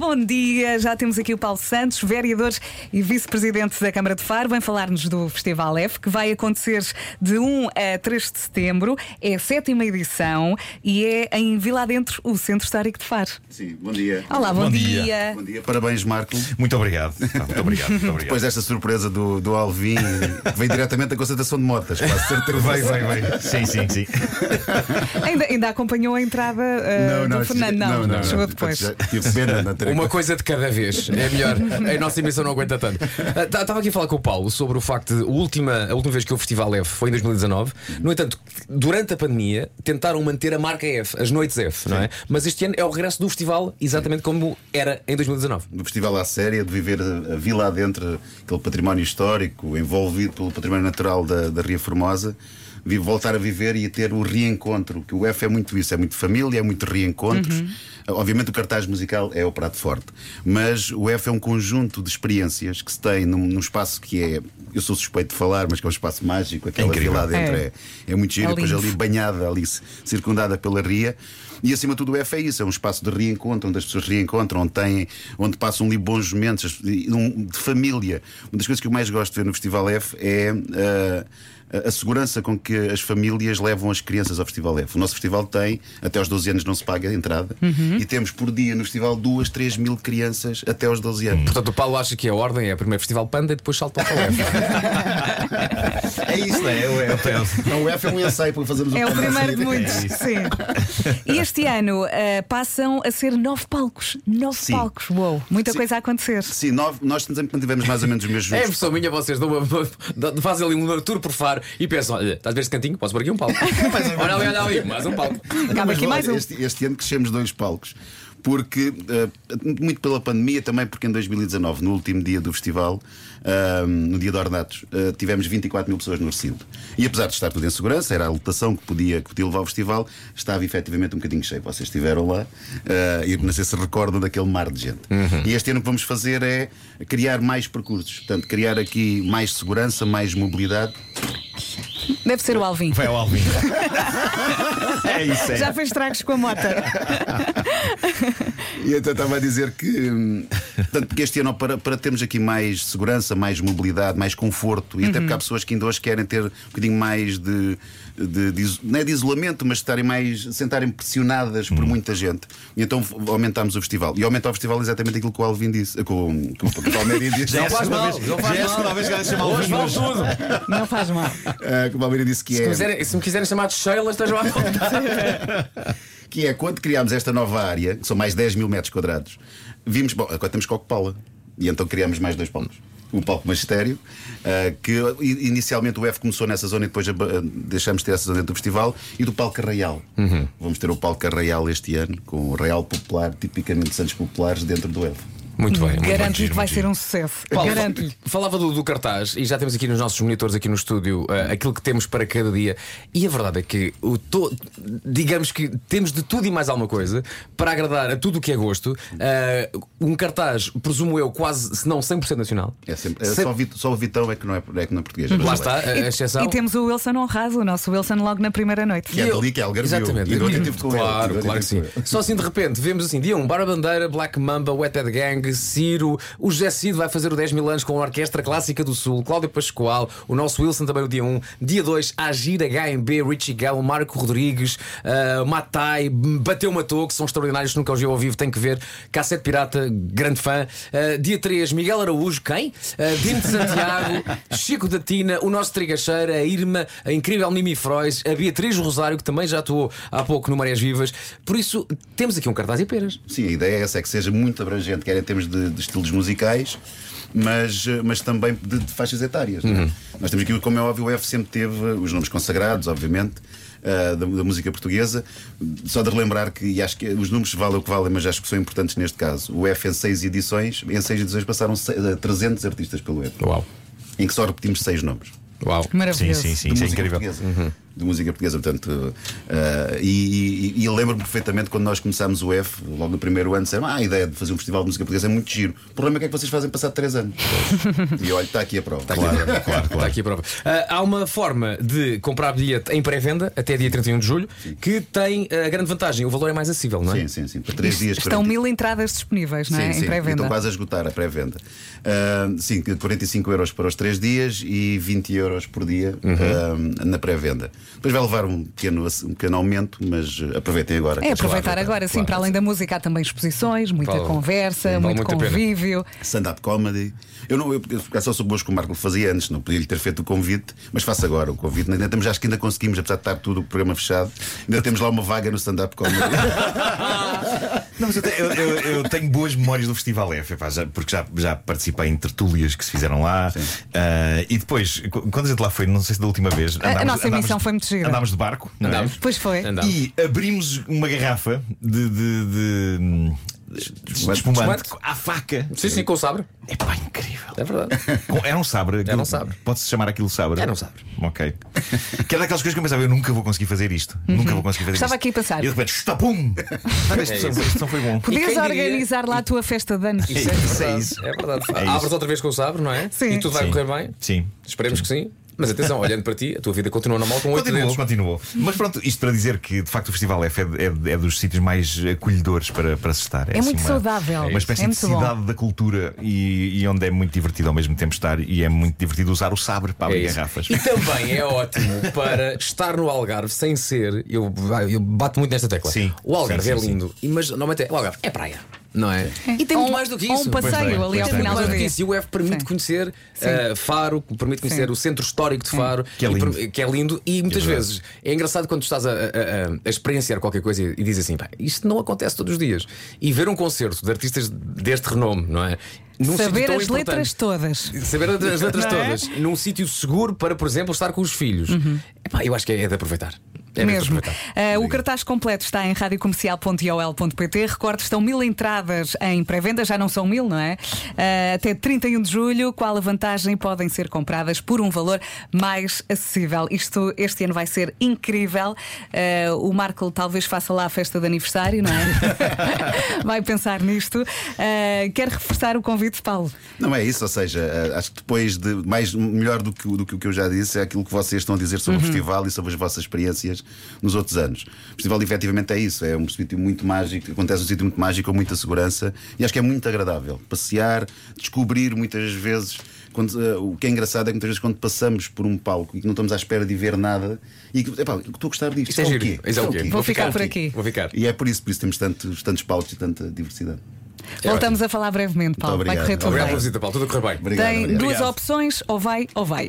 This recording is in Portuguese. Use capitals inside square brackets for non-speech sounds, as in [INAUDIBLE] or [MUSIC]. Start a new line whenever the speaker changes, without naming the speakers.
Bom dia, já temos aqui o Paulo Santos, vereador e vice-presidente da Câmara de Faro, vem falar-nos do Festival F, que vai acontecer de 1 a 3 de setembro, é a sétima edição e é em Vila Adentro, o Centro Histórico de Faro.
Sim, bom dia.
Olá, bom,
Bom
dia.
dia.
Bom dia, parabéns, Marco.
Muito obrigado. Ah, Muito obrigado. Muito obrigado.
Depois desta surpresa do,
[LAUGHS]
do Alvin, que veio diretamente da concentração de motas, quase certeza.
Vai, vai, vai. Sim, sim, sim.
Ainda, ainda acompanhou a entrada ah, do Fernando, não, chegou depois.
Já Tive pena
[LAUGHS]
não ter
Uma coisa de cada vez, é melhor. A nossa emissão não aguenta tanto. Estava aqui a falar com o Paulo sobre o facto de a última, a última vez que o Festival F foi em 2019. No entanto, durante a pandemia, tentaram manter a marca F, as noites F, não é? Mas este ano é o regresso do festival exatamente como era em 2019.
do um festival à séria, de viver a a vila adentro, aquele património histórico, envolvido pelo património natural da, da Ria Formosa, vi- voltar a viver e a ter o reencontro, que o F é muito isso, é muito família, é muito reencontros.
Uhum.
Obviamente o cartaz musical é o prato forte, mas o F é um conjunto de experiências que se tem num, num espaço que é, eu sou suspeito de falar, mas que é um espaço mágico, aquela
incrível.
vila adentro
É.
é, é muito giro,
É
depois
lindo.
ali banhada, ali circundada pela ria. E acima de tudo o F é isso, é um espaço de reencontro, onde as pessoas reencontram, onde, têm, onde passam ali bons momentos as- e um- de família. Uma das coisas que eu mais gosto de ver no Festival F é ah, a- a segurança com que as famílias levam as crianças ao Festival F. O nosso festival tem, até aos 12 anos não se paga a entrada, e temos por dia no festival duas, três mil crianças até aos 12 anos.
Portanto, o Paulo acha que a ordem é primeiro Festival Panda e depois salta para o F.
[LAUGHS] É isso, não é? O F, Não, o F é um ensaio para fazermos um [LAUGHS]
É o
programa
primeiro de
seguido.
muitos, sim. E este ano ah, passam a ser nove palcos. Nove
Sim.
palcos, uou, muita
Sim.
coisa a acontecer.
Sim, nós, nós sempre mantivemos mais ou menos os mesmos.
[LAUGHS] É impressão minha, vocês dão uma- dão- fazem ali um tour por faro e pensam: olha, estás a ver este cantinho? Posso pôr aqui um [LAUGHS] palco. Olha ali, olha ali, mais um palco.
Acaba
Mas
aqui
olha,
mais um.
este, este ano crescemos dois palcos. Porque, eh, muito pela pandemia, também porque em 2019, no último dia do festival, ah, no dia de Ornatos, ah, tivemos 24 mil pessoas no recinto. E apesar de estar tudo em segurança, era a lotação que podia, que podia levar ao festival, estava efetivamente um bocadinho cheio. Vocês estiveram lá ah, e não sei se recordam daquele mar de gente. E este ano o que vamos fazer é criar mais percursos. Portanto, criar aqui mais segurança, mais mobilidade.
Deve ser o Alvin.
Vai ao Alvin. É isso, é.
Já fez tragos com a mota.
E então estava a dizer que. hum, Portanto, porque este ano, para, para termos aqui mais segurança, mais mobilidade, mais conforto, e até
Uhum.
porque há pessoas que ainda hoje querem ter um bocadinho mais de. de- de iso- não é de isolamento, mas estarem mais. sentarem pressionadas
Uhum.
por muita gente. E então f- aumentámos o festival. E aumentar o festival é exatamente aquilo que o Alvin disse. eh, Com, com, com o Palmeirinho
[LAUGHS]
disse. Ah,
Já é a
Não faz
segunda
mal,
vez-
não
já
faz
é a
mal.
segunda vez que ela chama
Hoje
Alvin
vale
hoje.
[LAUGHS]
tudo.
Não faz mal.
eh, que o Palmeirinho disse que
Se,
é.
quiserem- se me quiserem chamar de Sheila, estejam à vontade.
que é quando criámos esta nova área, que são mais 10 mil metros quadrados, vimos, bom, agora temos Coca-Cola. E então criámos mais dois palcos. O palco magistério, ah, que i- inicialmente o F começou nessa zona e depois ab- ah, deixamos ter essa zona dentro do festival, e do palco Arraial.
Uhum.
Vamos ter o palco Arraial este ano, com o Real Popular, tipicamente de Santos Populares, dentro do F.
[LAUGHS] Muito bem, muito bem.
Garanto-lhe que vai ser um sucesso.
Paulo,
Garanto-lhe.
Falava do, do cartaz e já temos aqui nos nossos monitores aqui no estúdio eh, aquilo que temos para cada dia. E a verdade é que o to- digamos que temos de tudo e mais alguma coisa para agradar a tudo o que é gosto. Eh, um cartaz, presumo eu, quase se não 100% nacional.
É sempre, é
Cem-
só, o Vit- só o Vitão é que não é, é, que não é português. é
Lá
brasileiro.
está, a, a exceção.
E temos o Wilson honrado, o nosso Wilson logo na primeira noite.
Que é dali, que é Algarvio.
Exatamente.
E do outro tive com ele.
claro,
Do outro
claro que
tive
sim.
com ele.
Só assim de repente vemos assim: dia 1, Barra Bandeira, Black Mamba, Wetted Gang, Ciro, o José Cid vai fazer o 10 mil anos com a Orquestra Clássica do Sul, Cláudio Pascoal, o nosso Wilson também o dia 1, dia 2, Agir HMB, Richie Gell, Marco Rodrigues, ah, Matai, Bateu Matou, que são extraordinários, nunca os vi ao vivo, tem que ver. Cassete Pirata, grande fã. Ah, dia 3, Miguel Araújo, quem? Ah, Dino de Santiago, Chico da Tina, o nosso Trigacheira, a Irma, a incrível Mimi Frois, a Beatriz Rosário, que também já atuou há pouco no Marés Vivas. Por isso, temos aqui um cartaz e peras.
Sim, a ideia é essa, é que seja muito abrangente, quer em termos de, de estilos musicais, mas, eh, mas também de, de faixas etárias. não é? Nós temos aqui, como é óbvio, o F sempre teve eh, os nomes consagrados, obviamente. eh, da, da música portuguesa, só de relembrar que, e acho que os números valem o que valem, mas acho que são importantes neste caso. O F em seis edições, em seis edições passaram se- eh, 300 artistas pelo F,
Uau,
em que só repetimos seis nomes.
uau.
Sim,
Maravilhoso.
sim, sim.
de
Isso é
música
incrível.
Uhum.
portuguesa. de música portuguesa, portanto. eh, e, e- e eu lembro-me perfeitamente quando nós começámos o F, logo no primeiro ano, disseram: ah, a ideia de fazer um festival de música portuguesa é muito giro. O problema é que é que vocês fazem passado três anos. e olha, está aqui a prova.
Está aqui a prova, claro, Está aqui a prova. Ah, há uma forma de comprar bilhete em pré-venda até dia 31 de julho que tem ah, a grande vantagem: o valor é mais acessível, não é?
Sim, sim, sim. Para três dias
Estão
40.
mil entradas disponíveis, não é?
Sim,
em
sim.
pré-venda.
Estão quase a esgotar a pré-venda. Ah, sim, que 45 euros para os 3 dias e 20 euros por dia
Uhum.
ah, na pré-venda. Depois vai levar um pequeno, um pequeno aumento, mas eh, aproveitem agora.
É aproveitar agora, sim, para além da música há também exposições, muita
Vale.
conversa,
Vale
muito
muito a pena.
convívio.
Stand-up comedy. Eu não, eu, eu por acaso, só sou boas que o Marco fazia antes, não podia lhe ter feito o convite, mas faço agora o convite. Ainda temos, acho que ainda conseguimos, apesar de estar tudo o programa fechado, ainda temos lá uma vaga no stand-up comedy.
Não, mas eu, te- eu- eu- eu tenho boas memórias do Festival F, epá, já- porque já, já participei em tertúlias que se fizeram lá. Ah, e depois, qu- quando a gente lá foi, não sei se da última vez,
A- a nossa emissão foi muito gira.
Andámos de barco, não é?
Andámos.
Pois foi.
Andámos.
E abrimos uma garrafa de. de, de, hum, de espumante
Espumante.
à faca.
Sim, sim, com o sabre.
É pá, incrível.
É verdade. [LAUGHS]
Com- Era um sabre. aquilo-
um sabre.
Pode-se chamar aquilo sabre.
Era um sabre.
Ok. Que era daquelas coisas que eu pensava, eu nunca vou conseguir fazer isto. Nunca vou conseguir fazer
Estava
isto.
aqui a pensar.
E de repente, estapum! Sabe, Isto isto- isto não foi bom.
E
Podias
quem diria-
organizar lá a tua festa de anos.
Isso é- isso é isso.
É verdade.
É isso.
Abres outra vez com o sabre, não é?
Sim.
E tudo vai
Sim.
correr bem.
Sim.
Esperemos que sim. Mas atenção, olhando para ti, a tua vida continua normal com Um oito
Continuou,
dedos.
continuou. Mas pronto, isto para dizer que de facto o Festival F é, é- é dos sítios mais acolhedores para, para se estar. assim
É muito
uma-
saudável.
Uma espécie
É
de
muito bom.
cidade da cultura e, e onde é muito divertido ao mesmo tempo estar e é muito divertido usar o sabre para
É
abrir
isso.
garrafas.
E também é ótimo para estar no Algarve sem ser. Eu, eu bato muito nesta tecla.
Sim.
O Algarve
Sim, sim,
é lindo, E, mas normalmente é- o Algarve é praia, não é? E tem
Ou
muito
um-
mais do que
ou
isso.
um passeio
bem,
ali ao
pois bem.
final
Mas
do
o que
dia.
disse, E o F permite
Sim.
conhecer eh, Faro, permite conhecer o centro histórico de Faro,
Que é
e per-
lindo.
que é lindo. E muitas
É verdade.
vezes é engraçado quando tu estás a, a- a- a experienciar qualquer coisa e, e dizes assim: pá, isto não acontece todos os dias. E ver um concerto de artistas deste renome, não é? Num sítio
Saber
tão
as
importante.
letras todas.
Saber as
[LAUGHS]
as letras
Não é? Uhum.
todas num sítio seguro para, por exemplo, estar com os filhos. Epá, eu acho que é de aproveitar. É
Mesmo.
De aproveitar.
Ah, o cartaz completo está em radiocomercial.iol.pt. Recordo, estão mil entradas em pré-venda, já não são mil, não é? Ah, até 31 de julho, qual a vantagem? Podem ser compradas por um valor mais acessível. Isto este ano vai ser incrível. Ah, o Marco talvez faça lá a festa de aniversário, não é? vai pensar nisto. Ah, quero reforçar o convite, Paulo.
Não é isso, ou seja, eh, acho que depois de mais melhor do que, o- do que o que eu já disse é aquilo que vocês estão a dizer sobre
Uhum.
o festival e sobre as vossas experiências nos outros anos. O festival efetivamente é isso, é um sítio muito mágico, acontece um sítio muito mágico com muita segurança e acho que é muito agradável passear, descobrir muitas vezes. quando, eh, o que é engraçado é que muitas vezes quando passamos por um palco e que não estamos à espera de ver nada e que epá, eu estou a gostar disto.
Isto é giro.
o quê?
Isto é o quê?
Vou ficar por aqui.
Vou ficar.
E é por isso, por isso temos tantos, tantos palcos e tanta diversidade.
Voltamos a falar brevemente, Paulo. Vai
obrigado.
correr tudo
Obrigado
bem.
pela visita, Paulo. Tudo a correr bem.
Obrigado,
Tem
obrigado.
duas opções, ou vai ou vai.